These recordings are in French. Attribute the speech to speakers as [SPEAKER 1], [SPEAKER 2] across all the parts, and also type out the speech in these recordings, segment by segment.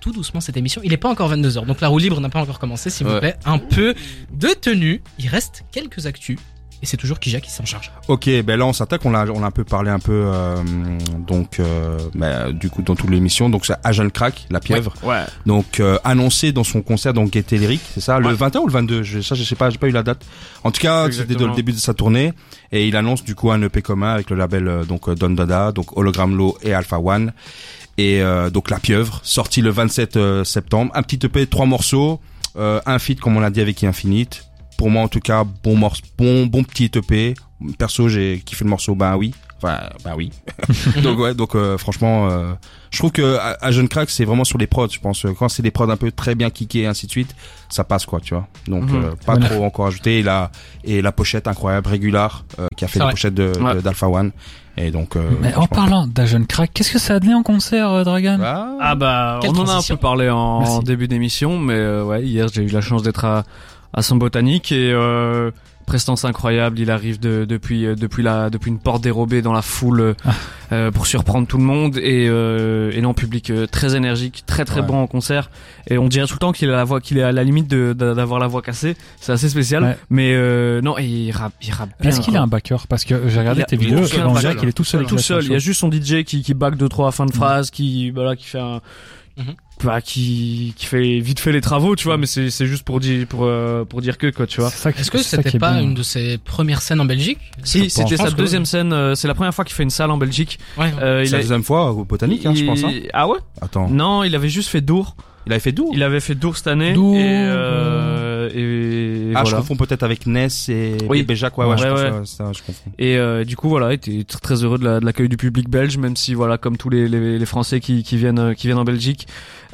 [SPEAKER 1] tout doucement cette émission. Il n'est pas encore 22h, donc la roue libre n'a pas encore commencé, s'il vous
[SPEAKER 2] Ouais.
[SPEAKER 1] plaît. Un peu de tenue. Il reste quelques actus. Et c'est toujours Kija qui s'en charge.
[SPEAKER 2] Ok, ben là on s'attaque, on l'a, on l'a un peu parlé un peu euh, donc euh, ben, du coup dans toute l'émission, donc c'est Agent Crack, la pieuvre,
[SPEAKER 3] Ouais.
[SPEAKER 2] donc euh, annoncé dans son concert donc Gaieté Lyrique, c'est ça, le
[SPEAKER 3] Ouais.
[SPEAKER 2] 21 ou le 22, je, ça je sais pas, j'ai pas eu la date. En tout cas, c'était dans
[SPEAKER 3] Exactement.
[SPEAKER 2] le début de sa tournée et il annonce du coup un EP commun avec le label euh, donc euh, Don Dada, donc Hologram Law et Alpha One et euh, donc la pieuvre, sorti le 27 euh, septembre, un petit EP, trois morceaux, euh, un feat comme on l'a dit avec Infinite. Pour moi en tout cas, bon morceau, bon bon petit E EP. Perso, j'ai kiffé le morceau, bah oui. Enfin, bah oui. donc ouais, donc euh, franchement, euh, je trouve que à, à Jeune Crack, c'est vraiment sur les prods, je pense. Quand c'est des prods un peu très bien kickés et ainsi de suite, ça passe quoi, tu vois. Donc
[SPEAKER 3] Mhm.
[SPEAKER 2] euh, pas
[SPEAKER 1] Ouais.
[SPEAKER 2] trop encore ajouté. Et la, et la pochette incroyable, régular, euh, qui a fait
[SPEAKER 1] C'est
[SPEAKER 2] la
[SPEAKER 1] vrai.
[SPEAKER 2] pochette de-
[SPEAKER 3] Ouais.
[SPEAKER 2] de- d'Alpha One. Et donc, euh,
[SPEAKER 4] Mais en
[SPEAKER 2] franchement-
[SPEAKER 4] parlant d'un jeune crack, qu'est-ce que ça a donné en concert, euh, Dragon
[SPEAKER 2] Ah.
[SPEAKER 3] Ah bah,
[SPEAKER 1] Quelle
[SPEAKER 3] on en a un
[SPEAKER 1] transition.
[SPEAKER 3] peu parlé en
[SPEAKER 4] Merci.
[SPEAKER 3] début d'émission, mais euh, ouais, hier j'ai eu la chance d'être à, à Son Botanique et euh, prestance incroyable. Il arrive de- depuis euh, depuis la depuis une porte dérobée dans la foule euh,
[SPEAKER 4] Ah.
[SPEAKER 3] euh, pour surprendre tout le monde et euh, et non public euh, très énergique, très très
[SPEAKER 2] Ouais.
[SPEAKER 3] bon en concert. Et on dirait tout le temps qu'il a la voix qu'il est à la limite de- d'a- d'avoir la voix cassée. C'est assez spécial,
[SPEAKER 4] Ouais.
[SPEAKER 3] mais euh, non, et il rappe il rappe bien.
[SPEAKER 4] Est-ce qu'il
[SPEAKER 3] quoi.
[SPEAKER 4] a un backer Parce que j'ai regardé
[SPEAKER 3] Il a-
[SPEAKER 4] tes
[SPEAKER 3] il a
[SPEAKER 4] vidéos,
[SPEAKER 3] aucun
[SPEAKER 4] dans
[SPEAKER 3] backer.
[SPEAKER 4] Jacques, il est tout seul.
[SPEAKER 3] tout seul. Il y a
[SPEAKER 4] Ouais,
[SPEAKER 3] juste son DJ qui, qui back deux trois fins de phrase, qui voilà, qui fait un,
[SPEAKER 1] Mhm.
[SPEAKER 3] bah, qui qui fait vite fait les travaux, tu vois. Mais c'est c'est juste pour dire pour euh, pour dire que quoi, tu vois.
[SPEAKER 4] C'est ça qui-
[SPEAKER 1] Est-ce que
[SPEAKER 4] c'est ça qui
[SPEAKER 1] c'était
[SPEAKER 4] est
[SPEAKER 1] pas
[SPEAKER 4] bon.
[SPEAKER 1] une de ses premières scènes en Belgique
[SPEAKER 3] Si,
[SPEAKER 1] Je
[SPEAKER 3] c'était
[SPEAKER 1] pense
[SPEAKER 3] sa
[SPEAKER 1] que-
[SPEAKER 3] deuxième scène. euh, c'est la première fois qu'il fait une salle en Belgique.
[SPEAKER 1] Ouais.
[SPEAKER 3] Euh,
[SPEAKER 2] C'est
[SPEAKER 3] il
[SPEAKER 2] la
[SPEAKER 3] a-
[SPEAKER 2] deuxième fois au botanique, hein, je pense. hein.
[SPEAKER 3] il- Ah ouais
[SPEAKER 2] Attends,
[SPEAKER 3] Non, il avait juste fait Dour.
[SPEAKER 2] il avait fait d'où
[SPEAKER 3] Il avait fait Dour cette année.
[SPEAKER 4] Dour.
[SPEAKER 3] Et, euh, et
[SPEAKER 2] Ah, je
[SPEAKER 3] voilà.
[SPEAKER 2] confonds peut-être avec Ness et
[SPEAKER 3] Oui.
[SPEAKER 2] et Béjac. Ouais, ouais, je
[SPEAKER 3] Ouais,
[SPEAKER 2] pense,
[SPEAKER 3] ouais.
[SPEAKER 2] ouais, ça, je confonds.
[SPEAKER 3] Et euh, du coup, voilà, il était tr- très heureux de la- de l'accueil du public belge, même si, voilà, comme tous les, les, les Français qui, qui viennent, euh, qui viennent en Belgique,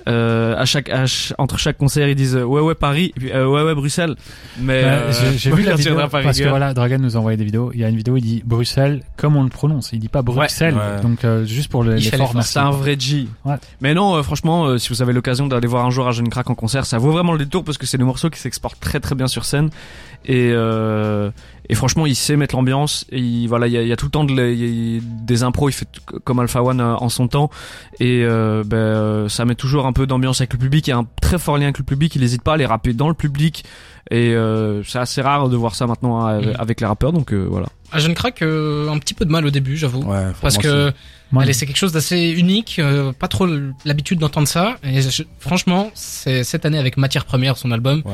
[SPEAKER 3] euh, à chaque, à ch- entre chaque concert, ils disent euh, ouais ouais Paris, et puis, euh, ouais ouais Bruxelles. Mais
[SPEAKER 4] Ouais,
[SPEAKER 3] euh,
[SPEAKER 4] Bah, j'ai- J'ai
[SPEAKER 3] moi,
[SPEAKER 4] vu la
[SPEAKER 3] quand tu
[SPEAKER 4] vidéo
[SPEAKER 3] viendras à Paris,
[SPEAKER 4] parce que
[SPEAKER 3] gueule.
[SPEAKER 4] voilà, Dragon nous a envoyé des vidéos. Il y a une vidéo, il dit Bruxelles comme on le prononce. Il dit pas Bruxelles.
[SPEAKER 2] Ouais.
[SPEAKER 4] Donc euh, juste pour le-
[SPEAKER 1] Il fait l'effort,
[SPEAKER 4] l'effort, merci.
[SPEAKER 3] C'est un vrai G.
[SPEAKER 4] Ouais.
[SPEAKER 3] Mais non, euh, franchement, euh, si vous avez l'occasion d'aller voir un jour à Jeune Crack en concert, ça vaut vraiment le détour parce que c'est des morceaux qui s'exportent très très bien sur scène. Et, euh, et franchement, il sait mettre l'ambiance. Et il, voilà, il y, a, il y a tout le temps de la- il y a des impros, il fait t- comme Alpha One euh, en son temps. Et euh, ben, euh, ça met toujours un peu d'ambiance avec le public. Il y a un très fort lien avec le public. Il n'hésite pas à les rapper dans le public. Et euh, c'est assez rare de voir ça maintenant euh,
[SPEAKER 4] Mm.
[SPEAKER 1] Mhm.
[SPEAKER 3] avec les rappeurs. Donc euh, voilà.
[SPEAKER 1] Ah, je ne craque euh, un petit peu de mal au début, j'avoue.
[SPEAKER 2] Ouais,
[SPEAKER 1] Parce
[SPEAKER 2] franchement,
[SPEAKER 1] que
[SPEAKER 4] Moi,
[SPEAKER 1] allez, c'est quelque chose d'assez unique, euh, pas trop l'habitude d'entendre ça. Et je- franchement, c'est cette année avec Matière Première, son album,
[SPEAKER 2] Ouais.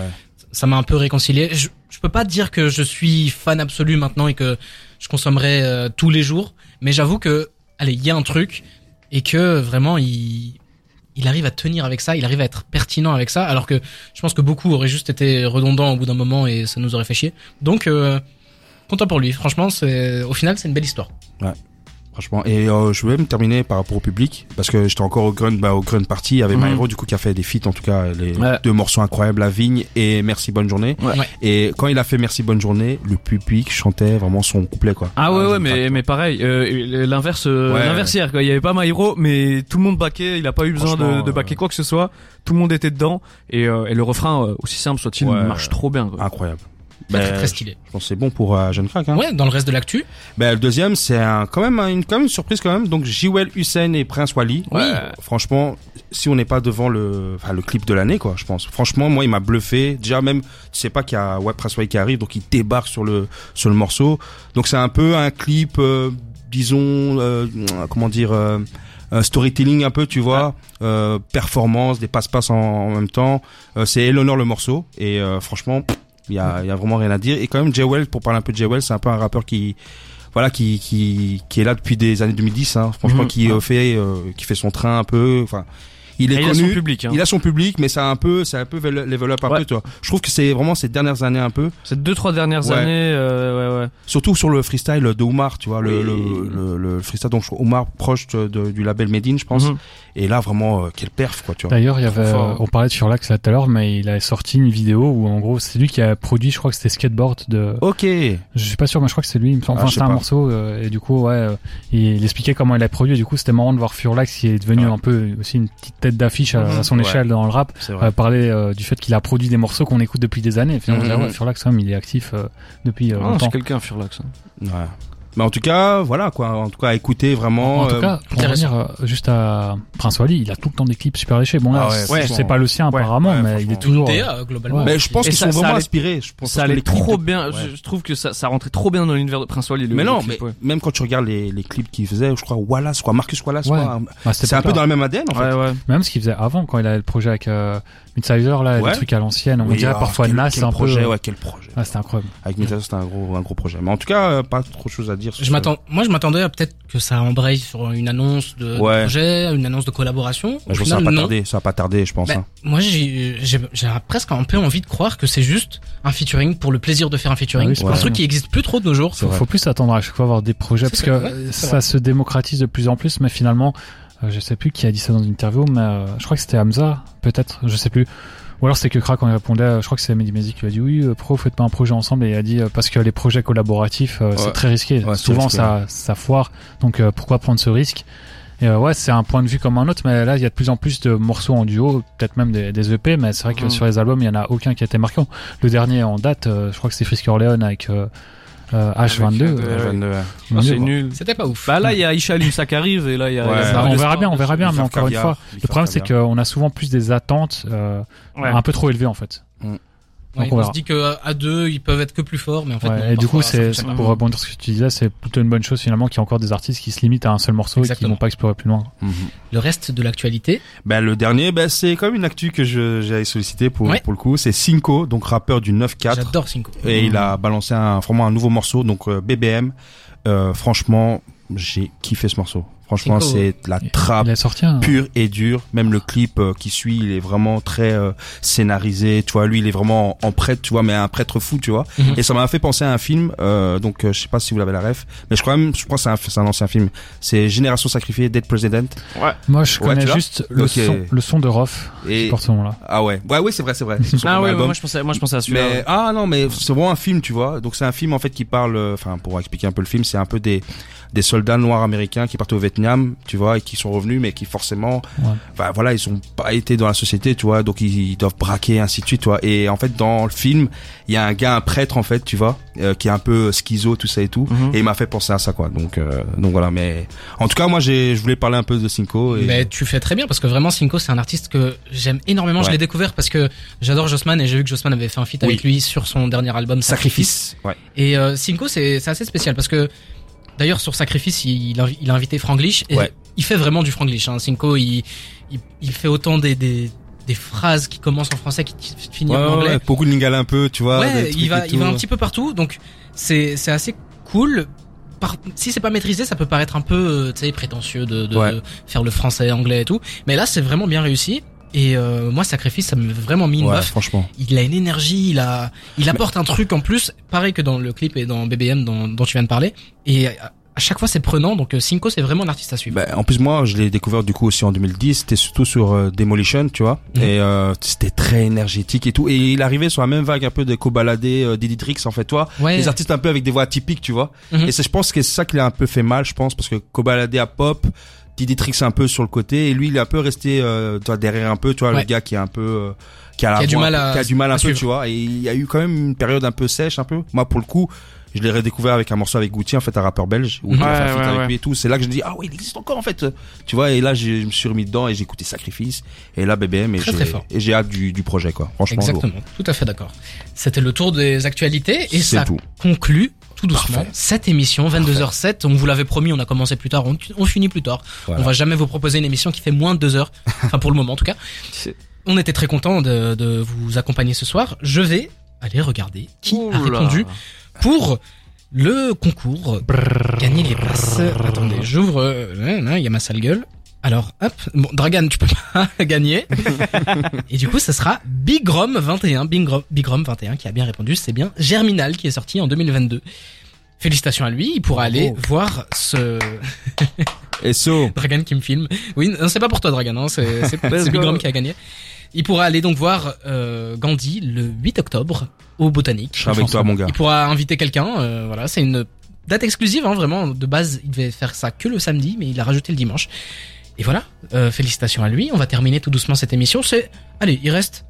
[SPEAKER 1] ça m'a un peu réconcilié. Je, je peux pas dire que je suis fan absolu maintenant et que je consommerai euh, tous les jours, mais j'avoue que, allez, il y a un truc et que vraiment il il arrive à tenir avec ça, il arrive à être pertinent avec ça, alors que je pense que beaucoup auraient juste été redondants au bout d'un moment et ça nous aurait fait chier. Donc euh, content pour lui. Franchement, c'est au final c'est une belle histoire.
[SPEAKER 2] Franchement, et euh, je vais même terminer par rapport au public parce que j'étais encore au Grunt, bah, au Grunt Party, il y avait
[SPEAKER 3] Mhm.
[SPEAKER 2] Maïro du coup qui a fait des feats en tout cas, les
[SPEAKER 3] Ouais.
[SPEAKER 2] deux morceaux incroyables, La Vigne et Merci Bonne Journée.
[SPEAKER 3] Ouais.
[SPEAKER 1] Ouais.
[SPEAKER 2] Et quand il a fait Merci Bonne Journée, le public chantait vraiment son couplet quoi.
[SPEAKER 3] Ah ouais ouais
[SPEAKER 2] j'aime pas.
[SPEAKER 3] mais mais pareil euh, l'inverse euh,
[SPEAKER 2] Ouais.
[SPEAKER 3] l'inverse hier quoi il y avait pas Maïro mais tout le monde baquait il a pas eu besoin de,
[SPEAKER 2] Franchement,
[SPEAKER 3] de
[SPEAKER 2] euh,
[SPEAKER 3] baquer quoi que ce soit tout le monde était dedans et, euh, et le refrain euh, aussi simple soit-il
[SPEAKER 2] Ouais. Ah,
[SPEAKER 3] marche trop bien quoi.
[SPEAKER 2] incroyable.
[SPEAKER 1] Très,
[SPEAKER 2] Ben,
[SPEAKER 1] très, très stylé.
[SPEAKER 2] je pense que c'est bon pour euh, Jeune Crack. Hein.
[SPEAKER 1] Ouais, dans le reste de l'actu.
[SPEAKER 2] Ben, le deuxième, c'est un, quand même un- une, quand même une surprise quand même. Donc Jewel Hussein et Prince Wally.
[SPEAKER 3] Ouais.
[SPEAKER 2] Franchement, si on n'est pas devant le, enfin, le clip de l'année quoi, je pense. Franchement, moi, il m'a bluffé. Déjà même, tu sais pas qu'il y a ouais, Prince Wally qui arrive, donc il débarque sur le sur le morceau. Donc c'est un peu un clip, euh, disons, euh, comment dire. euh, un storytelling un peu tu vois euh, performance des passe-passe en, en même temps Euh, c'est Eleanor le morceau et euh, franchement pff, il y a, il y a vraiment rien à dire et quand même Jay Wells pour parler un peu de Jay Wells c'est un peu un rappeur qui voilà qui qui qui est là depuis des années 2010 hein, franchement
[SPEAKER 3] Mhm.
[SPEAKER 2] qui euh, fait euh, qui fait son train un peu enfin il
[SPEAKER 3] Et
[SPEAKER 2] est
[SPEAKER 3] il a
[SPEAKER 2] connu
[SPEAKER 3] son public hein.
[SPEAKER 2] il a son public mais c'est un peu c'est un peu level- level up un
[SPEAKER 3] Ouais.
[SPEAKER 2] peu tu vois je trouve que c'est vraiment ces dernières années un peu
[SPEAKER 3] ces deux trois dernières
[SPEAKER 2] Ouais.
[SPEAKER 3] années euh, ouais ouais
[SPEAKER 2] Surtout sur le freestyle de Omar, tu vois, le,
[SPEAKER 3] Oui.
[SPEAKER 2] le, le, le freestyle donc Omar proche de- de- du label Medine, je pense.
[SPEAKER 3] Mhm.
[SPEAKER 2] Et là, vraiment, euh, quel perf, quoi, tu vois.
[SPEAKER 4] D'ailleurs, il y avait,
[SPEAKER 3] Fort.
[SPEAKER 4] euh, on parlait de Sherlock là tout à l'heure, mais il a sorti une vidéo où en gros, c'est lui qui a produit, je crois que c'était Skateboard de,
[SPEAKER 2] Ok.
[SPEAKER 4] je suis pas sûr, mais je crois que c'est lui, il me semble.
[SPEAKER 2] Ah,
[SPEAKER 4] Enfin,
[SPEAKER 2] je sais
[SPEAKER 4] c'était un
[SPEAKER 2] pas.
[SPEAKER 4] morceau, euh, et du coup, ouais, euh, il, il expliquait comment il a produit, et du coup, c'était marrant de voir Furlax qui est devenu
[SPEAKER 2] Ouais.
[SPEAKER 4] un peu aussi une petite tête d'affiche à, à son
[SPEAKER 2] Ouais.
[SPEAKER 4] échelle dans le rap,
[SPEAKER 2] C'est
[SPEAKER 4] euh, parler euh, du fait qu'il a produit des morceaux qu'on écoute depuis des années. Et finalement, on
[SPEAKER 2] Mhm.
[SPEAKER 4] dirait, ouais, Furlax, quand même, il est actif euh, depuis euh,
[SPEAKER 3] Ah, c'est
[SPEAKER 4] longtemps.
[SPEAKER 3] quelqu'un Furlax hein.
[SPEAKER 2] Ouais. Mais en tout cas, voilà quoi. En tout cas, à écouter vraiment.
[SPEAKER 4] en tout
[SPEAKER 2] euh,
[SPEAKER 4] cas, pour revenir
[SPEAKER 1] intéressant.
[SPEAKER 4] euh, juste à Prince Wally, il a tout le temps des clips super léchés. Bon, là,
[SPEAKER 2] Ah ouais,
[SPEAKER 4] c'est-
[SPEAKER 2] ouais,
[SPEAKER 4] c'est pas le sien
[SPEAKER 2] ouais,
[SPEAKER 4] apparemment,
[SPEAKER 2] ouais,
[SPEAKER 4] mais il est
[SPEAKER 2] franchement.
[SPEAKER 4] toujours. euh,
[SPEAKER 1] DA, euh, globalement.
[SPEAKER 4] Ouais.
[SPEAKER 2] Mais je pense
[SPEAKER 3] Et
[SPEAKER 2] qu'ils
[SPEAKER 3] ça-
[SPEAKER 2] sont
[SPEAKER 3] ça
[SPEAKER 2] vraiment
[SPEAKER 3] allait-
[SPEAKER 2] inspirés. Je pense
[SPEAKER 3] Ça
[SPEAKER 2] que
[SPEAKER 3] allait
[SPEAKER 2] les clips
[SPEAKER 3] trop
[SPEAKER 2] de-
[SPEAKER 3] bien.
[SPEAKER 2] Ouais.
[SPEAKER 3] Je, je trouve que ça, ça rentrait trop bien dans l'univers de Prince Wally. Le,
[SPEAKER 2] Mais
[SPEAKER 3] le
[SPEAKER 2] non, mais
[SPEAKER 3] clip, ouais.
[SPEAKER 2] même quand tu regardes les, les clips qu'il faisait, je crois Wallace, quoi, Marcus Wallace,
[SPEAKER 4] Ouais.
[SPEAKER 2] quoi.
[SPEAKER 4] bah, c'était
[SPEAKER 2] C'est un
[SPEAKER 4] pas
[SPEAKER 2] peu
[SPEAKER 4] grave.
[SPEAKER 2] dans le même ADN en fait.
[SPEAKER 3] Ouais, ouais.
[SPEAKER 4] Même ce qu'il faisait avant quand il avait le projet avec euh, Midsizer, là,
[SPEAKER 2] Ouais.
[SPEAKER 4] le truc à l'ancienne, on
[SPEAKER 2] Oui,
[SPEAKER 4] dirait
[SPEAKER 2] ah,
[SPEAKER 4] parfois
[SPEAKER 2] quel-
[SPEAKER 4] Nas,
[SPEAKER 2] quel
[SPEAKER 4] c'est un
[SPEAKER 2] projet,
[SPEAKER 3] hein.
[SPEAKER 4] peu.
[SPEAKER 2] ouais, quel projet.
[SPEAKER 4] Ah, c'était incroyable.
[SPEAKER 2] Avec Mithas, c'était un gros, un gros projet. Mais en tout cas, euh, pas trop de choses à dire. sur
[SPEAKER 1] Je
[SPEAKER 2] ça.
[SPEAKER 1] m'attends, moi, je m'attendais à peut-être que ça embraye sur une annonce de, de
[SPEAKER 2] Ouais.
[SPEAKER 1] projet, une annonce de collaboration.
[SPEAKER 2] Bah,
[SPEAKER 1] Au
[SPEAKER 2] je pense que ça va
[SPEAKER 1] final,
[SPEAKER 2] pas
[SPEAKER 1] non.
[SPEAKER 2] tarder, ça va pas tarder, je pense.
[SPEAKER 1] Bah,
[SPEAKER 2] hein.
[SPEAKER 1] moi, j'ai j'ai- j'ai presque un peu envie de croire que c'est juste un featuring pour le plaisir de faire un featuring.
[SPEAKER 4] Ah oui, c'est
[SPEAKER 1] un
[SPEAKER 2] vrai.
[SPEAKER 1] truc qui existe plus trop de nos jours.
[SPEAKER 2] C'est
[SPEAKER 4] Faut,
[SPEAKER 2] vrai.
[SPEAKER 4] faut plus s'attendre à chaque fois à avoir des projets
[SPEAKER 1] C'est
[SPEAKER 4] parce que
[SPEAKER 1] vrai, ouais,
[SPEAKER 4] euh,
[SPEAKER 1] c'est
[SPEAKER 4] ça
[SPEAKER 1] vrai.
[SPEAKER 4] se démocratise de plus en plus, mais finalement, euh, je sais plus qui a dit ça dans une interview, mais euh, je crois que c'était Hamza, peut-être, je sais plus. Ou alors c'était que Kra quand il répondait, euh, je crois que c'est Mehdi Maizi qui lui a dit oui, euh, pro, faites pas un projet ensemble et il a dit euh, parce que les projets collaboratifs euh,
[SPEAKER 2] Ouais.
[SPEAKER 4] c'est très risqué,
[SPEAKER 2] Ouais, c'est
[SPEAKER 4] souvent
[SPEAKER 2] risqué,
[SPEAKER 4] ça ça foire, donc euh, pourquoi prendre ce risque Et euh, ouais, c'est un point de vue comme un autre, mais là il y a de plus en plus de morceaux en duo, peut-être même des, des EP, mais c'est vrai que
[SPEAKER 3] Mhm.
[SPEAKER 4] sur les albums il y en a aucun qui a été marquant. Le dernier en date, euh, je crois que c'est Frisk Orleans avec euh, euh, H22.
[SPEAKER 3] Avec, euh,
[SPEAKER 4] euh,
[SPEAKER 2] Ouais,
[SPEAKER 3] ouais.
[SPEAKER 2] jeune, euh,
[SPEAKER 4] mon
[SPEAKER 3] Ah,
[SPEAKER 4] Dieu,
[SPEAKER 3] c'est
[SPEAKER 4] quoi.
[SPEAKER 3] nul.
[SPEAKER 1] C'était pas ouf.
[SPEAKER 3] Bah là, il y a Isha Limsa qui arrive et là, il y a.
[SPEAKER 2] Ouais.
[SPEAKER 3] il y a-
[SPEAKER 2] Bah,
[SPEAKER 4] on verra bien, on verra bien, mais
[SPEAKER 2] Lifer
[SPEAKER 4] encore une
[SPEAKER 2] Caviar,
[SPEAKER 4] fois,
[SPEAKER 2] Lifer
[SPEAKER 4] le problème c'est
[SPEAKER 2] Caviar.
[SPEAKER 4] qu'on a souvent plus des attentes euh,
[SPEAKER 3] Ouais.
[SPEAKER 4] un peu trop élevées en fait.
[SPEAKER 1] Ouais,
[SPEAKER 4] Donc, on
[SPEAKER 1] on
[SPEAKER 4] verra.
[SPEAKER 1] se dit que euh, à deux, ils peuvent être que plus forts, mais en fait.
[SPEAKER 4] Ouais,
[SPEAKER 1] non,
[SPEAKER 4] et du
[SPEAKER 1] parfois,
[SPEAKER 4] coup,
[SPEAKER 1] ça
[SPEAKER 4] c'est
[SPEAKER 1] fonctionne
[SPEAKER 3] pas.
[SPEAKER 4] pour rebondir sur ce que tu disais, c'est plutôt une bonne chose finalement qu'il y a encore des artistes qui se limitent à un seul morceau et qui
[SPEAKER 1] Exactement.
[SPEAKER 4] n'ont pas exploré plus loin.
[SPEAKER 2] Mhm.
[SPEAKER 1] pas. Le reste de l'actualité.
[SPEAKER 2] Ben, le dernier, ben, c'est comme une actu que je- j'avais sollicité pour,
[SPEAKER 1] Ouais.
[SPEAKER 2] pour le coup. C'est Cinco, donc rappeur du 9-4.
[SPEAKER 1] J'adore Cinco.
[SPEAKER 2] et il a balancé un, vraiment un nouveau morceau donc euh, BBM Euh, franchement j'ai kiffé ce morceau franchement
[SPEAKER 1] Cinco.
[SPEAKER 2] c'est de la trappe
[SPEAKER 4] Il a sorti un.
[SPEAKER 2] pure et dure même le clip euh, qui suit il est vraiment très euh, scénarisé tu vois lui il est vraiment en, en prêtre tu vois mais un prêtre fou tu vois
[SPEAKER 1] Mhm.
[SPEAKER 2] et ça m'a fait penser à un film euh, donc euh, je sais pas si vous l'avez la ref mais je crois même je crois que c'est un, c'est un ancien film c'est Génération sacrifiée Dead President
[SPEAKER 4] Moi, je
[SPEAKER 2] Ouais,
[SPEAKER 4] connais
[SPEAKER 2] tu l'as
[SPEAKER 4] juste le
[SPEAKER 2] Ok.
[SPEAKER 4] son, le son de Rof qui
[SPEAKER 2] et
[SPEAKER 4] porte ce nom-là.
[SPEAKER 2] ah ouais ouais ouais c'est vrai c'est vrai C'est son
[SPEAKER 3] Ah
[SPEAKER 2] premier
[SPEAKER 3] ouais, ouais,
[SPEAKER 2] album.
[SPEAKER 3] moi je pensais, moi je pensais à celui-là.
[SPEAKER 2] Mais, ah non, mais c'est vraiment un film, tu vois. Donc c'est un film en fait qui parle, euh, enfin pour expliquer un peu le film, c'est un peu des des soldats noirs américains qui partent au Vietnam, tu vois, et qui sont revenus, mais qui forcément,
[SPEAKER 4] Ouais.
[SPEAKER 2] enfin voilà, ils ont pas été dans la société, tu vois, donc ils, ils doivent braquer ainsi de suite, tu vois. Et en fait dans le film, il y a un gars, un prêtre en fait, tu vois, euh, qui est un peu schizo, tout ça et tout,
[SPEAKER 3] Mhm.
[SPEAKER 2] et il m'a fait penser à ça quoi. Donc euh, donc voilà, mais en tout cas moi j'ai, je voulais parler un peu de Cinco. Et...
[SPEAKER 1] Mais tu fais très bien parce que vraiment Cinco c'est un artiste que j'aime énormément. Je
[SPEAKER 2] Ouais.
[SPEAKER 1] l'ai découvert parce que j'adore Jossman et j'ai vu que Jossman avait fait un feat
[SPEAKER 2] Oui.
[SPEAKER 1] avec lui sur son dernier album Sacrifice.
[SPEAKER 2] Sacrifice. Ouais.
[SPEAKER 1] Et euh, Cinco c'est c'est assez spécial parce que d'ailleurs sur Sacrifice il, il a- il a invité Franglish et
[SPEAKER 2] Ouais.
[SPEAKER 1] il fait vraiment du Franglish. Hein. Cinco il, il il fait autant des des des phrases qui commencent en français qui qui finissent
[SPEAKER 2] Ouais,
[SPEAKER 1] en
[SPEAKER 2] ouais,
[SPEAKER 1] anglais.
[SPEAKER 2] ouais, beaucoup de lingala un peu, tu vois. des
[SPEAKER 1] Ouais,
[SPEAKER 2] trucs
[SPEAKER 1] il va,
[SPEAKER 2] et
[SPEAKER 1] il va
[SPEAKER 2] tout.
[SPEAKER 1] un petit peu partout, donc c'est c'est assez cool. Par- si c'est pas maîtrisé, ça peut paraître un peu euh, tu sais prétentieux de, de
[SPEAKER 2] Ouais.
[SPEAKER 1] de faire le français, anglais et tout. Mais là, c'est vraiment bien réussi. Et euh, moi, Sacrifice, ça m'a vraiment mis une
[SPEAKER 2] Ouais,
[SPEAKER 1] baffe.
[SPEAKER 2] franchement.
[SPEAKER 1] Il a une énergie, il a, il apporte un truc en plus, pareil que dans le clip et dans BBM dont, dont tu viens de parler. Et à, à chaque fois, c'est prenant. Donc euh, Cinco, c'est vraiment un artiste à suivre.
[SPEAKER 2] Ben, en plus moi je l'ai découvert du coup aussi en 2010 c'était surtout sur euh, Demolition tu vois
[SPEAKER 1] Mhm.
[SPEAKER 2] et euh, c'était très énergétique et tout et il arrivait sur la même vague un peu de Cobaladé euh, Diddy Trix en fait toi
[SPEAKER 1] ouais,
[SPEAKER 2] les artistes un peu avec des voix atypiques tu vois
[SPEAKER 1] Mhm.
[SPEAKER 2] et c'est je pense que c'est ça qui l'a un peu fait mal je pense parce que Cobaladé à pop Diddy Trix un peu sur le côté et lui il est un peu resté euh, toi, derrière un peu tu vois
[SPEAKER 1] Ouais.
[SPEAKER 2] le gars qui est un peu euh, qui a, la
[SPEAKER 1] Qui a du
[SPEAKER 2] voix-
[SPEAKER 1] mal à-
[SPEAKER 2] qui a du mal un
[SPEAKER 1] à
[SPEAKER 2] peu
[SPEAKER 1] suivre.
[SPEAKER 2] tu vois et il y a eu quand même une période un peu sèche un peu moi pour le coup je l'ai redécouvert avec un morceau avec Goutier en fait un rappeur belge
[SPEAKER 1] Mhm.
[SPEAKER 2] où il a
[SPEAKER 3] Ouais,
[SPEAKER 2] fait un feat
[SPEAKER 3] ouais,
[SPEAKER 2] avec
[SPEAKER 3] ouais.
[SPEAKER 2] lui et tout c'est là que je me dis ah oui il existe encore en fait tu vois et là j'ai- je me suis remis dedans et j'ai écouté Sacrifice et là BBM et
[SPEAKER 1] Très,
[SPEAKER 2] j'ai-
[SPEAKER 1] très fort.
[SPEAKER 2] et j'ai hâte du, du projet quoi franchement lourd.
[SPEAKER 1] Exactement, tout à fait d'accord. C'était le tour des actualités et
[SPEAKER 2] c'est
[SPEAKER 1] ça
[SPEAKER 2] tout
[SPEAKER 1] conclut tout doucement
[SPEAKER 2] Parfait.
[SPEAKER 1] cette émission 22h07 on vous l'avait promis on a commencé plus tard on, on finit plus tard
[SPEAKER 2] Voilà.
[SPEAKER 1] on va jamais vous proposer une émission qui fait moins de deux heures enfin pour le moment en tout cas
[SPEAKER 3] C'est-
[SPEAKER 1] on était très content de, de vous accompagner ce soir je vais aller regarder qui a
[SPEAKER 3] Oula.
[SPEAKER 1] répondu pour le concours gagner les places attendez j'ouvre euh, il y a ma sale gueule alors hop bon Dragan tu peux pas gagner et du coup ce sera Bigrom 21 Bigrom Bigrom 21 qui a bien répondu c'est bien Germinal qui est sorti en 2022 Félicitations à lui, il pourra aller voir ce
[SPEAKER 2] et so
[SPEAKER 1] Dragan qui me filme. Oui, non, c'est pas pour toi Dragan, hein, c'est c'est-
[SPEAKER 3] Let's
[SPEAKER 1] c'est Big
[SPEAKER 3] go.
[SPEAKER 1] Rom qui a gagné. Il pourra aller donc voir euh, Gandhi le 8 octobre au Botanique.
[SPEAKER 2] je serai avec toi mon gars
[SPEAKER 1] Il pourra inviter quelqu'un, euh, voilà, c'est une date exclusive, hein, vraiment. De base, il devait faire ça que le samedi, mais il a rajouté le dimanche. Et voilà, euh, félicitations à lui. On va terminer tout doucement cette émission. C'est, allez, il reste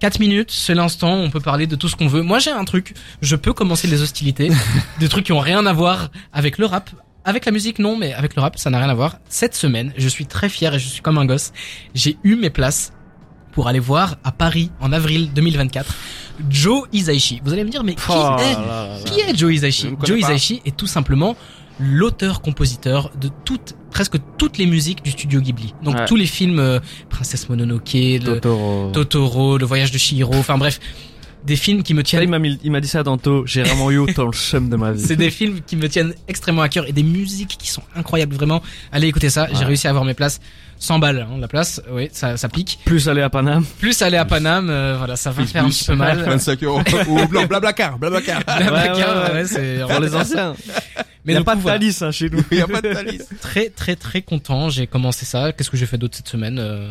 [SPEAKER 1] 4 minutes, c'est l'instant, on peut parler de tout ce qu'on veut. Moi j'ai un truc, je peux commencer les hostilités, des trucs qui ont rien à voir avec le rap. Avec la musique non, mais avec le rap ça n'a rien à voir. Cette semaine, je suis très fier et je suis comme un gosse, j'ai eu mes places pour aller voir à Paris en avril 2024 Joe Hisaishi. Vous allez me dire mais qui,
[SPEAKER 3] Oh
[SPEAKER 1] est,
[SPEAKER 3] là là.
[SPEAKER 1] qui est Joe Hisaishi
[SPEAKER 2] Je ne connais
[SPEAKER 1] Joe
[SPEAKER 2] pas.
[SPEAKER 1] Hisaishi est tout simplement l'auteur-compositeur de toutes, presque toutes les musiques du studio Ghibli. Donc
[SPEAKER 3] Ouais.
[SPEAKER 1] tous les films euh, Princesse Mononoke, le,
[SPEAKER 3] Totoro.
[SPEAKER 1] Totoro, Le Voyage de Chihiro, enfin bref, des films qui me
[SPEAKER 3] Ça, il
[SPEAKER 1] tiennent,
[SPEAKER 3] m'a mis- il m'a dit ça tantôt. J'ai vraiment eu autant le chum de ma vie.
[SPEAKER 1] c'est des films qui me tiennent extrêmement à cœur et des musiques qui sont incroyables vraiment. Allez écouter ça, j'ai
[SPEAKER 3] Ouais.
[SPEAKER 1] réussi à avoir mes places, 100 balles hein, la place, oui ça, ça pique.
[SPEAKER 3] Plus aller à Paname.
[SPEAKER 1] Plus aller à Paname, euh, voilà ça va
[SPEAKER 3] Plus,
[SPEAKER 1] faire un
[SPEAKER 3] plus.
[SPEAKER 1] petit peu mal.
[SPEAKER 2] 25 euros. Ou blan- blablacar, blablacar.
[SPEAKER 1] La
[SPEAKER 3] Ouais,
[SPEAKER 1] bagarre,
[SPEAKER 3] ouais, ouais.
[SPEAKER 1] ouais, c'est-
[SPEAKER 3] Pour les anciens.
[SPEAKER 1] Mais
[SPEAKER 3] il n'y a
[SPEAKER 1] du
[SPEAKER 3] pas
[SPEAKER 1] coup,
[SPEAKER 3] de
[SPEAKER 1] voilà.
[SPEAKER 3] Thalys hein, chez nous.
[SPEAKER 2] Il y a pas de Thalys.
[SPEAKER 1] très très très content. J'ai commencé ça. Qu'est-ce que j'ai fait d'autre cette semaine Euh,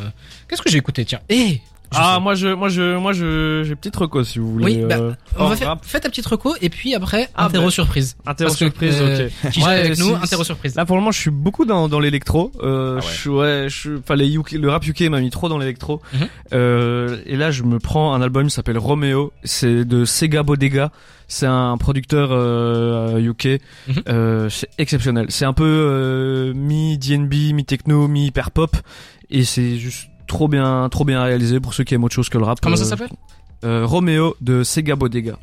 [SPEAKER 1] Qu'est-ce que j'ai écouté Tiens, Eh Je
[SPEAKER 3] Ah,
[SPEAKER 1] sais.
[SPEAKER 3] moi je, moi je, moi je, j'ai petite reco si vous voulez.
[SPEAKER 1] Oui, bah,
[SPEAKER 3] euh,
[SPEAKER 1] on va
[SPEAKER 3] hors
[SPEAKER 1] faire,
[SPEAKER 3] rap.
[SPEAKER 1] fais ta petite reco et puis après
[SPEAKER 3] Ah,
[SPEAKER 1] interro
[SPEAKER 3] bah.
[SPEAKER 1] surprise.
[SPEAKER 3] Interro
[SPEAKER 1] Parce que,
[SPEAKER 3] surprise,
[SPEAKER 1] euh,
[SPEAKER 3] ok.
[SPEAKER 1] Qui joue
[SPEAKER 3] Ouais,
[SPEAKER 1] avec
[SPEAKER 3] si-
[SPEAKER 1] nous
[SPEAKER 3] si-
[SPEAKER 1] Interro surprise.
[SPEAKER 3] Là pour le moment je suis beaucoup dans, dans l'électro. Euh,
[SPEAKER 2] Ah
[SPEAKER 3] Je
[SPEAKER 2] ouais.
[SPEAKER 3] suis, ouais, je suis, enfin les UK, le rap UK m'a mis trop dans l'électro.
[SPEAKER 1] Mhm.
[SPEAKER 3] Euh, et là je me prends un album qui s'appelle Romeo. C'est de Sega Bodega. C'est un producteur euh, UK.
[SPEAKER 1] Mhm.
[SPEAKER 3] Euh, c'est exceptionnel. C'est un peu euh, mi DNB, mi techno, mi hyper pop. Et c'est juste trop bien, trop bien réalisé pour ceux qui aiment autre chose que le rap.
[SPEAKER 1] Comment ça
[SPEAKER 3] Euh,
[SPEAKER 1] s'appelle
[SPEAKER 3] euh, Romeo de Sega Bodega.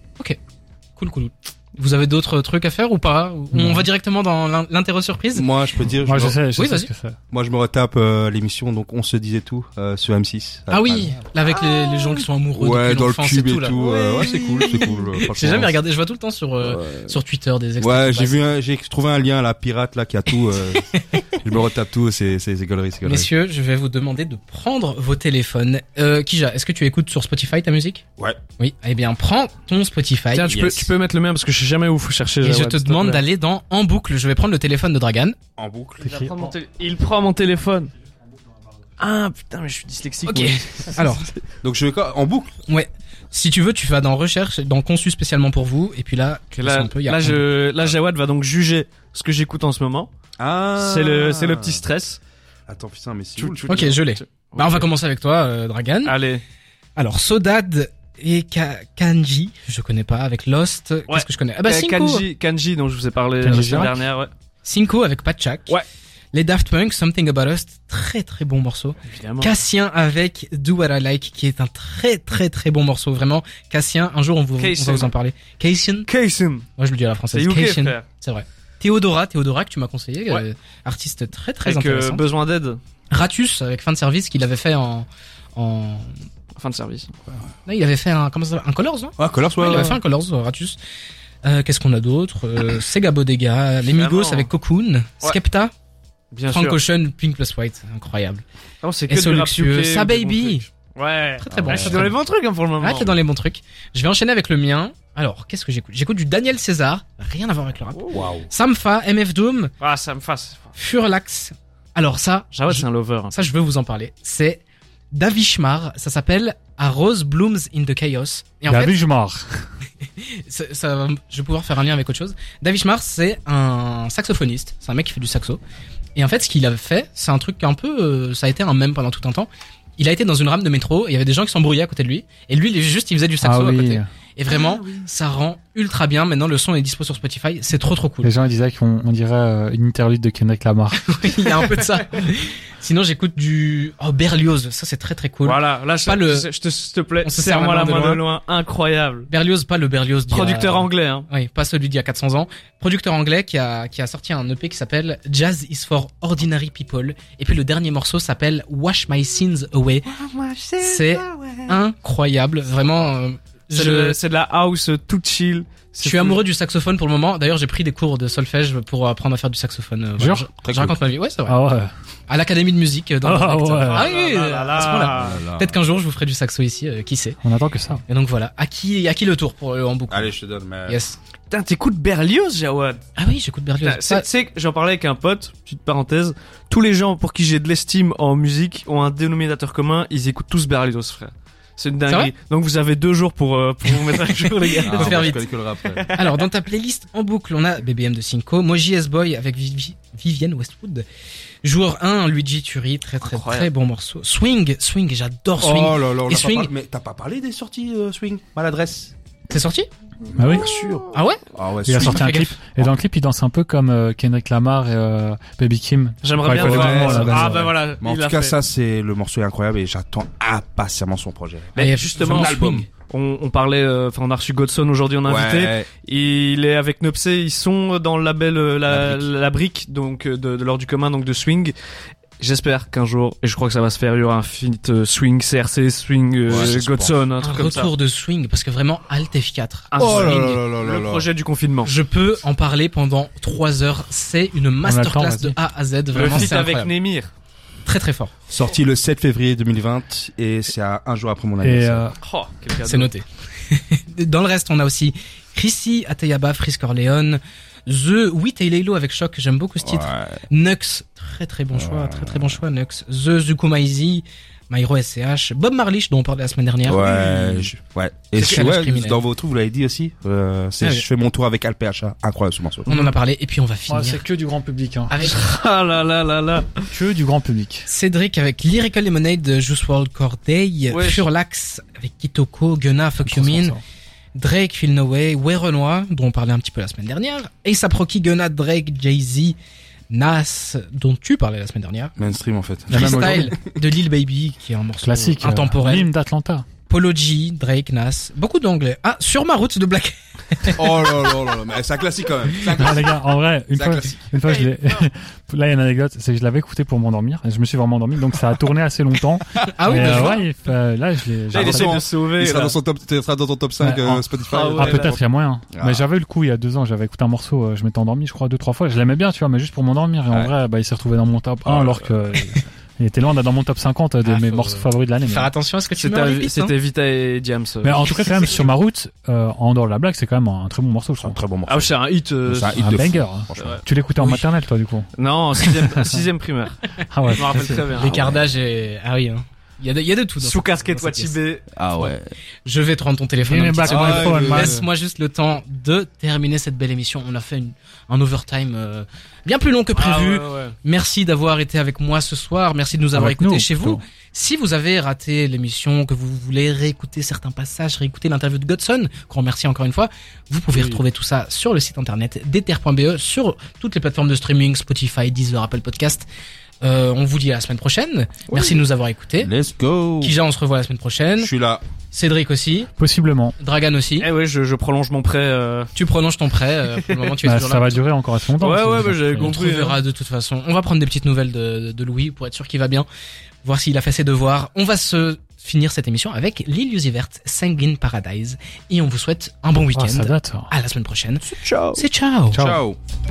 [SPEAKER 1] Cool, cool. Vous avez d'autres trucs à faire ou pas Ou On
[SPEAKER 4] Non.
[SPEAKER 1] va directement dans l'in- l'interro surprise.
[SPEAKER 2] Moi, je peux dire,
[SPEAKER 4] Moi,
[SPEAKER 2] je
[SPEAKER 4] je
[SPEAKER 2] me-
[SPEAKER 4] sais, je
[SPEAKER 1] Oui,
[SPEAKER 4] sais
[SPEAKER 1] vas-y.
[SPEAKER 4] ce que c'est.
[SPEAKER 2] moi, je me retape euh, l'émission, donc on se disait tout euh, sur M6.
[SPEAKER 1] Ah oui, là avec les, les gens qui sont amoureux
[SPEAKER 2] Ouais,
[SPEAKER 1] depuis
[SPEAKER 2] dans le
[SPEAKER 1] l'enfance et
[SPEAKER 2] cube
[SPEAKER 1] tout
[SPEAKER 2] et
[SPEAKER 1] là.
[SPEAKER 2] tout. euh, Ouais, c'est cool, c'est cool. euh,
[SPEAKER 1] J'ai
[SPEAKER 2] franchement.
[SPEAKER 1] jamais regardé. Je vois tout le temps sur euh,
[SPEAKER 2] Ouais.
[SPEAKER 1] sur Twitter des extraits.
[SPEAKER 2] Ouais,
[SPEAKER 1] qui
[SPEAKER 2] j'ai
[SPEAKER 1] passent.
[SPEAKER 2] vu, un- j'ai trouvé un lien là, pirate là qui a tout. euh, je me retape tout, c'est c'est c'est galerie, c'est galerie.
[SPEAKER 1] Messieurs, je vais vous demander de prendre vos téléphones. Euh, Kija, est-ce que tu écoutes sur Spotify ta musique
[SPEAKER 2] Ouais.
[SPEAKER 1] Oui. Eh bien, prends ton Spotify.
[SPEAKER 3] Tiens, tu,
[SPEAKER 2] yes.
[SPEAKER 3] peux, tu peux mettre le mien parce que je sais jamais où faut chercher.
[SPEAKER 1] Ah, Et je
[SPEAKER 3] Jawad,
[SPEAKER 1] te
[SPEAKER 3] s'il
[SPEAKER 1] demande
[SPEAKER 3] plaît.
[SPEAKER 1] d'aller dans En boucle. Je vais prendre le téléphone de Dragan.
[SPEAKER 2] En boucle.
[SPEAKER 4] C'est écrit-
[SPEAKER 3] Il prend mon téléphone. Ah putain, mais je suis dyslexique.
[SPEAKER 1] Ok.
[SPEAKER 3] moi.
[SPEAKER 1] Alors,
[SPEAKER 2] Donc je vais quoi en boucle.
[SPEAKER 1] si tu veux, tu vas dans Recherche, dans Conçu spécialement pour vous. Et puis là, tu
[SPEAKER 3] là,
[SPEAKER 1] descends un peu. il y a
[SPEAKER 3] là,
[SPEAKER 1] En Boucle.
[SPEAKER 3] je, là, Jawad va donc juger ce que j'écoute en ce moment.
[SPEAKER 2] Ah.
[SPEAKER 3] C'est le, c'est le petit stress.
[SPEAKER 2] Attends putain, mais c'est
[SPEAKER 3] Tu-
[SPEAKER 2] où, le
[SPEAKER 3] tu-
[SPEAKER 2] truc
[SPEAKER 1] Ok, je l'ai. Bah, on va commencer avec toi, euh, Dragan.
[SPEAKER 3] Allez.
[SPEAKER 1] Alors, Sodad et Ka- Kanji, je connais pas, avec Lost. Qu'est-ce que je connais Ah bah,
[SPEAKER 3] Eh,
[SPEAKER 1] Cinco.
[SPEAKER 3] Kanji, Kanji dont je vous ai parlé
[SPEAKER 4] Kanji
[SPEAKER 3] la
[SPEAKER 4] Girac.
[SPEAKER 3] semaine dernière. Ouais.
[SPEAKER 1] Cinco avec Patchak.
[SPEAKER 3] Ouais.
[SPEAKER 1] Les Daft Punk, Something About Us, très très bon morceau.
[SPEAKER 3] Évidemment.
[SPEAKER 1] Cassien avec Do What I Like, qui est un très très très bon morceau, vraiment. Cassien, un jour on, vous, on va
[SPEAKER 3] Cassien.
[SPEAKER 1] vous en parler. Cassien,
[SPEAKER 3] Kaysum.
[SPEAKER 1] moi je le dis à la
[SPEAKER 3] C'est
[SPEAKER 1] française.
[SPEAKER 3] UK,
[SPEAKER 1] Cassien.
[SPEAKER 3] frère.
[SPEAKER 1] C'est vrai. Théodora, Théodora que tu m'as conseillé,
[SPEAKER 3] Ouais.
[SPEAKER 1] euh, artiste très très
[SPEAKER 3] Avec euh,
[SPEAKER 1] intéressant.
[SPEAKER 3] besoin d'aide.
[SPEAKER 1] Ratus avec fin de service qu'il avait fait en, en...
[SPEAKER 3] Fin de service.
[SPEAKER 1] Là, il avait fait un comment ça s'appelle un Colors, non
[SPEAKER 2] Ah, Colors,
[SPEAKER 1] Ouais,
[SPEAKER 2] ouais.
[SPEAKER 1] Il avait
[SPEAKER 2] ouais.
[SPEAKER 1] fait un Colors, euh, Ratus. Euh, Qu'est-ce qu'on a d'autre euh, Sega Bodega, Les Migos
[SPEAKER 3] Vraiment.
[SPEAKER 1] avec Cocoon, Skepta,
[SPEAKER 3] Bien
[SPEAKER 1] Frank
[SPEAKER 3] sûr.
[SPEAKER 1] Ocean, Pink Plus White, incroyable.
[SPEAKER 3] Ah, c'est que
[SPEAKER 1] Et
[SPEAKER 3] du rap
[SPEAKER 1] Soluxieux,
[SPEAKER 3] UK,
[SPEAKER 1] Sa
[SPEAKER 3] du bon
[SPEAKER 1] euh, Baby,
[SPEAKER 3] truc. Ouais.
[SPEAKER 1] très très
[SPEAKER 2] Ah
[SPEAKER 1] bon.
[SPEAKER 2] ouais.
[SPEAKER 3] Ah, je suis dans les bons trucs hein, pour le moment.
[SPEAKER 1] Ah, t'es dans les bons trucs. Je vais enchaîner avec le mien. Alors, qu'est-ce que j'écoute J'écoute du Daniel César, rien à voir avec le
[SPEAKER 3] Oh.
[SPEAKER 1] rap.
[SPEAKER 2] Waouh.
[SPEAKER 1] Samfa, MF Doom,
[SPEAKER 3] Ah, ça me fasse.
[SPEAKER 1] Furlax. Alors ça,
[SPEAKER 3] Jawad,
[SPEAKER 1] je-
[SPEAKER 3] Ah c'est un lover.
[SPEAKER 1] ça je veux vous en parler. C'est Davishmar, ça s'appelle A Rose Blooms in the Chaos. Et en
[SPEAKER 4] La
[SPEAKER 1] fait,
[SPEAKER 4] vie, je marre.
[SPEAKER 1] ça, ça va- je vais pouvoir faire un lien avec autre chose. Davishmar, c'est un saxophoniste, c'est un mec qui fait du saxo. Et en fait, ce qu'il a fait, c'est un truc un peu, euh, ça a été un mème pendant tout un temps. Il a été dans une rame de métro, et il y avait des gens qui s'embrouillaient à côté de lui, et lui, il est juste, il faisait du
[SPEAKER 4] Ah
[SPEAKER 1] saxo à côté.
[SPEAKER 4] oui.
[SPEAKER 1] Et vraiment, ça rend ultra bien. Maintenant, le son est dispo sur Spotify. C'est trop trop cool.
[SPEAKER 4] Les gens ils disaient qu'on on dirait euh, une interlude de Kendrick Lamar.
[SPEAKER 1] Il y a un peu de ça. Sinon, j'écoute du oh Berlioz. Ça, c'est très très cool.
[SPEAKER 3] Voilà, là, je,
[SPEAKER 1] Pas le-
[SPEAKER 3] je- je te, s'il te plaît,
[SPEAKER 1] On se
[SPEAKER 3] c'est
[SPEAKER 1] serre
[SPEAKER 3] à
[SPEAKER 1] la
[SPEAKER 3] moi
[SPEAKER 1] main
[SPEAKER 3] la
[SPEAKER 1] de
[SPEAKER 3] main de
[SPEAKER 1] loin.
[SPEAKER 3] loin, incroyable.
[SPEAKER 1] Berlioz, pas le Berlioz. d'il y a-
[SPEAKER 3] Producteur anglais, hein.
[SPEAKER 1] Oui, pas celui d'il y a 400 ans. Producteur anglais qui a qui a sorti un EP qui s'appelle Jazz is for Ordinary People. Et puis le dernier morceau s'appelle Wash My Sins Away. C'est incroyable, vraiment. euh,
[SPEAKER 3] C'est
[SPEAKER 1] je-
[SPEAKER 3] le- c'est de la house euh, tout chill.
[SPEAKER 1] Je suis amoureux du saxophone pour le moment. D'ailleurs, j'ai pris des cours de solfège pour apprendre à faire du saxophone. Euh, voilà,
[SPEAKER 4] Jure
[SPEAKER 1] je, je raconte ma vie. Ouais, c'est vrai.
[SPEAKER 4] Ah ouais.
[SPEAKER 1] à l'académie de musique euh, dans
[SPEAKER 4] Ah
[SPEAKER 1] le direct.
[SPEAKER 4] ouais.
[SPEAKER 1] Ah oui, à ce moment-là.
[SPEAKER 2] Ah là là.
[SPEAKER 1] Peut-être qu'un jour je vous ferai du saxo ici, euh, qui sait.
[SPEAKER 4] On attend que ça.
[SPEAKER 1] Et donc voilà, à qui à qui le tour pour le en boucle
[SPEAKER 2] Allez, je te donne. Ah, Mais...
[SPEAKER 1] Yes.
[SPEAKER 3] Putain, t'écoutes Berlioz, Jawad.
[SPEAKER 1] Ah oui, j'écoute Berlioz.
[SPEAKER 3] Putain, C'est tu sais que j'en parlais avec un pote, petite parenthèse. Tous les gens pour qui j'ai de l'estime en musique ont un dénominateur commun, ils écoutent tous Berlioz, frère. C'est une dinguerie. Donc vous avez deux jours pour, euh, pour vous mettre à jour, les gars.
[SPEAKER 1] Ah, faire
[SPEAKER 2] moi, je
[SPEAKER 1] vite.
[SPEAKER 2] connais que le rap, ouais.
[SPEAKER 1] Alors, dans ta playlist en boucle, on a BBM de Cinco, Moji S-Boy avec Vivi- Vivienne Westwood, Joueur 1, Luigi Turi, très très
[SPEAKER 3] Incroyable.
[SPEAKER 1] très bon morceau. Swing, Swing, j'adore Swing.
[SPEAKER 2] Oh là là, on
[SPEAKER 1] Et
[SPEAKER 2] a pas
[SPEAKER 1] swing.
[SPEAKER 2] par- mais t'as pas parlé des sorties euh, swing Maladresse
[SPEAKER 1] C'est sorti
[SPEAKER 4] Bah oui.
[SPEAKER 2] Bien sûr.
[SPEAKER 1] Ah ouais
[SPEAKER 2] Ah ouais,
[SPEAKER 4] Il a
[SPEAKER 2] swing.
[SPEAKER 4] sorti un
[SPEAKER 1] Fais
[SPEAKER 4] clip. Et dans le clip, il danse un peu comme euh, Kendrick Lamar et euh, Baby Kim.
[SPEAKER 3] J'aimerais
[SPEAKER 4] Ouais,
[SPEAKER 3] bien
[SPEAKER 4] il faut
[SPEAKER 3] voir.
[SPEAKER 2] vraiment, là,
[SPEAKER 3] ah
[SPEAKER 2] vraiment,
[SPEAKER 3] bah
[SPEAKER 2] ouais.
[SPEAKER 3] voilà.
[SPEAKER 2] Mais en
[SPEAKER 3] il
[SPEAKER 2] tout
[SPEAKER 3] l'a
[SPEAKER 2] cas,
[SPEAKER 3] fait.
[SPEAKER 2] ça, c'est le morceau est incroyable et j'attends impatiemment son projet.
[SPEAKER 3] Mais
[SPEAKER 1] Ah,
[SPEAKER 3] justement,
[SPEAKER 1] son album.
[SPEAKER 3] Swing. On, on parlait, euh, enfin, on a reçu Godson aujourd'hui en invité.
[SPEAKER 2] Ouais.
[SPEAKER 3] Il est avec Nopsé, ils sont dans le label euh, La, la,
[SPEAKER 2] La
[SPEAKER 3] brique. donc euh, de, de l'ordre du commun, donc de swing. J'espère qu'un jour, et je crois que ça va se faire, il y aura un feat euh, swing CRC, swing euh,
[SPEAKER 2] Ouais, ça se
[SPEAKER 3] Godson, un
[SPEAKER 1] Un
[SPEAKER 3] truc comme ça.
[SPEAKER 1] retour de Swing, parce que vraiment, Alt F4.
[SPEAKER 3] Un
[SPEAKER 2] Oh là
[SPEAKER 3] swing.
[SPEAKER 2] là là là
[SPEAKER 3] Le
[SPEAKER 2] là.
[SPEAKER 3] projet du confinement.
[SPEAKER 1] Je peux en parler pendant 3 heures. C'est une masterclass
[SPEAKER 4] attend, vas-y.
[SPEAKER 1] de A à Z.
[SPEAKER 3] Le
[SPEAKER 1] Vraiment,
[SPEAKER 3] feat
[SPEAKER 1] c'est
[SPEAKER 3] avec
[SPEAKER 1] incroyable.
[SPEAKER 3] Nemir.
[SPEAKER 1] Très très fort.
[SPEAKER 2] Sorti le 7 février 2020 et c'est à un jour après mon
[SPEAKER 4] Et
[SPEAKER 2] anniversaire.
[SPEAKER 4] euh,
[SPEAKER 3] Oh, quel cadeau.
[SPEAKER 1] C'est noté. Dans le reste, on a aussi Chrissy, Ateyaba, Frisk Orleans, The, oui, Taylelo avec Choc, j'aime beaucoup
[SPEAKER 4] euh,
[SPEAKER 1] ce titre.
[SPEAKER 2] Ouais.
[SPEAKER 1] Nux, très très bon choix, très très bon choix, Nux. The, Zukumaizi, Myro SCH, Bob Marlich, dont on parlait la semaine dernière.
[SPEAKER 2] Ouais, je- ouais. Et
[SPEAKER 1] C'est
[SPEAKER 2] je,
[SPEAKER 1] Alice
[SPEAKER 2] ouais,
[SPEAKER 1] Criminelle.
[SPEAKER 2] dans vos trucs, vous l'avez dit aussi. Euh, c'est,
[SPEAKER 1] Ah oui.
[SPEAKER 2] je fais mon tour avec Alpha, incroyable ce morceau.
[SPEAKER 1] On en a parlé, et puis on va finir
[SPEAKER 4] ouais, c'est que du grand public. Hein.
[SPEAKER 1] avec
[SPEAKER 3] Ah là là là là.
[SPEAKER 4] Que du grand public.
[SPEAKER 1] Cédric avec Lyrical Lemonade de Juice WRLD Corday,
[SPEAKER 3] Ouais.
[SPEAKER 1] Furlax avec Kitoko, Gunna, Fuck You Mean, Drake, Feel No Way, Way Renoir, dont on parlait un petit peu la semaine dernière, A$AP Rocky, Gunna, Drake, Jay-Z, Nas, dont tu parlais la semaine dernière,
[SPEAKER 2] Mainstream en fait.
[SPEAKER 4] La même
[SPEAKER 1] Freestyle de Lil Baby, qui est un morceau
[SPEAKER 4] Classique. euh,
[SPEAKER 1] intemporel,
[SPEAKER 4] L'hymne d'Atlanta.
[SPEAKER 1] Polo G, Drake, Nas, beaucoup d'anglais. Ah, sur ma route de Black.
[SPEAKER 2] oh là là là là, mais c'est un classique quand même. C'est un
[SPEAKER 4] Ah,
[SPEAKER 2] classique.
[SPEAKER 4] les gars, en vrai, une
[SPEAKER 2] C'est un
[SPEAKER 4] fois,
[SPEAKER 2] classique.
[SPEAKER 4] une fois, je l'ai. Là, il y a une anecdote, c'est que je l'avais écouté pour m'endormir. et Je me suis vraiment endormi, donc ça a tourné assez longtemps.
[SPEAKER 1] Ah oui,
[SPEAKER 4] Et,
[SPEAKER 1] bah,
[SPEAKER 4] euh,
[SPEAKER 1] je-
[SPEAKER 4] ouais, il fa- là, je l'ai. j'ai
[SPEAKER 3] J'ai
[SPEAKER 2] il est
[SPEAKER 4] arrêté.
[SPEAKER 3] essayé
[SPEAKER 2] bon.
[SPEAKER 3] de sauver.
[SPEAKER 2] Il sera
[SPEAKER 3] là.
[SPEAKER 2] dans son top, il sera dans ton top 5
[SPEAKER 4] Ouais,
[SPEAKER 2] euh,
[SPEAKER 4] en-
[SPEAKER 2] Spotify.
[SPEAKER 3] ah ouais.
[SPEAKER 4] Ah, peut-être, il y a moyen.
[SPEAKER 2] Ah.
[SPEAKER 4] Mais j'avais le coup, il y a deux ans, j'avais écouté un morceau, euh, je m'étais endormi, je crois, deux, trois fois. Je l'aimais bien, tu vois, mais juste pour m'endormir. Et en
[SPEAKER 2] Ouais.
[SPEAKER 4] vrai, bah, il s'est retrouvé dans mon top 1,
[SPEAKER 2] Ah,
[SPEAKER 4] alors que. euh, Il était loin d'être dans mon top 50 euh, de
[SPEAKER 1] Ah,
[SPEAKER 4] mes
[SPEAKER 1] faut-
[SPEAKER 4] morceaux favoris de l'année. mais-
[SPEAKER 1] Faire attention à ce que tu mets en
[SPEAKER 3] C'était
[SPEAKER 1] repeat, hein.
[SPEAKER 3] c'était Vita et Diams. euh.
[SPEAKER 4] Mais en tout cas, quand même, sur ma route, euh, en dehors de la blague, c'est quand même un très bon morceau, je
[SPEAKER 2] C'est un
[SPEAKER 4] trouve.
[SPEAKER 2] très bon morceau.
[SPEAKER 3] Ah, c'est un hit. euh,
[SPEAKER 2] C'est un hit
[SPEAKER 4] Un
[SPEAKER 2] de fou,
[SPEAKER 4] banger. hein.
[SPEAKER 2] franchement.
[SPEAKER 3] Ouais.
[SPEAKER 4] Tu l'écoutais en
[SPEAKER 1] Oui.
[SPEAKER 4] maternelle, toi, du coup.
[SPEAKER 3] Non, sixième, sixième primaire.
[SPEAKER 4] Ah ouais.
[SPEAKER 3] Je me rappelle très bien.
[SPEAKER 1] Les cardages et... Ah oui, hein. Il y, a de, il y a de tout. dans
[SPEAKER 3] Sous
[SPEAKER 1] cette-
[SPEAKER 3] casquette
[SPEAKER 1] dans cette pièce.
[SPEAKER 3] Watibé.
[SPEAKER 2] Ah ouais.
[SPEAKER 1] Je vais te rendre ton téléphone. dans
[SPEAKER 4] Give me
[SPEAKER 1] une
[SPEAKER 4] back
[SPEAKER 1] petite
[SPEAKER 2] Ah,
[SPEAKER 4] my
[SPEAKER 2] ouais,
[SPEAKER 4] phone,
[SPEAKER 2] le-
[SPEAKER 4] man.
[SPEAKER 1] Laisse-moi juste le temps de terminer cette belle émission. On a fait une- un overtime euh, bien plus long que prévu.
[SPEAKER 3] Ah, ouais, ouais.
[SPEAKER 1] Merci d'avoir été avec moi ce soir. Merci de nous avoir
[SPEAKER 4] Avec
[SPEAKER 1] écoutés
[SPEAKER 4] nous,
[SPEAKER 1] chez
[SPEAKER 4] plutôt.
[SPEAKER 1] vous. Si vous avez raté l'émission, que vous voulez réécouter certains passages, réécouter l'interview de Godson, qu'on remercie encore une fois, vous pouvez
[SPEAKER 4] Oui.
[SPEAKER 1] retrouver tout ça sur le site internet d'ether.be, E, sur toutes les plateformes de streaming, Spotify, Deezer, Apple Podcast. Euh, on vous dit à la semaine prochaine. Merci de nous avoir écoutés.
[SPEAKER 2] Let's go.
[SPEAKER 1] Kija, on se revoit la semaine
[SPEAKER 2] Je
[SPEAKER 1] prochaine.
[SPEAKER 2] suis là.
[SPEAKER 1] Cédric aussi.
[SPEAKER 4] Possiblement.
[SPEAKER 1] Dragan aussi.
[SPEAKER 3] Eh ouais, je, je prolonge mon prêt. euh,
[SPEAKER 1] Tu prolonges ton prêt. euh, pour le moment, tu es
[SPEAKER 4] Bah,
[SPEAKER 1] toujours
[SPEAKER 4] ça
[SPEAKER 1] là.
[SPEAKER 4] va durer encore assez longtemps.
[SPEAKER 3] Ouais,
[SPEAKER 4] parce que
[SPEAKER 3] ouais,
[SPEAKER 4] ça
[SPEAKER 3] bah, j'avais
[SPEAKER 4] fait-
[SPEAKER 1] On
[SPEAKER 3] compris.
[SPEAKER 1] trouvera de toute façon. On va prendre des petites nouvelles de, de Louis pour être sûr qu'il va bien, voir s'il a fait ses devoirs. On va se finir cette émission avec Lil Uzi Vert, Sanguine Paradise, et on vous souhaite un bon
[SPEAKER 4] Ah, ça
[SPEAKER 1] week-end.
[SPEAKER 4] date. ça.
[SPEAKER 1] à la semaine prochaine.
[SPEAKER 2] Ciao.
[SPEAKER 1] C'est ciao.
[SPEAKER 4] Ciao.
[SPEAKER 2] Ciao.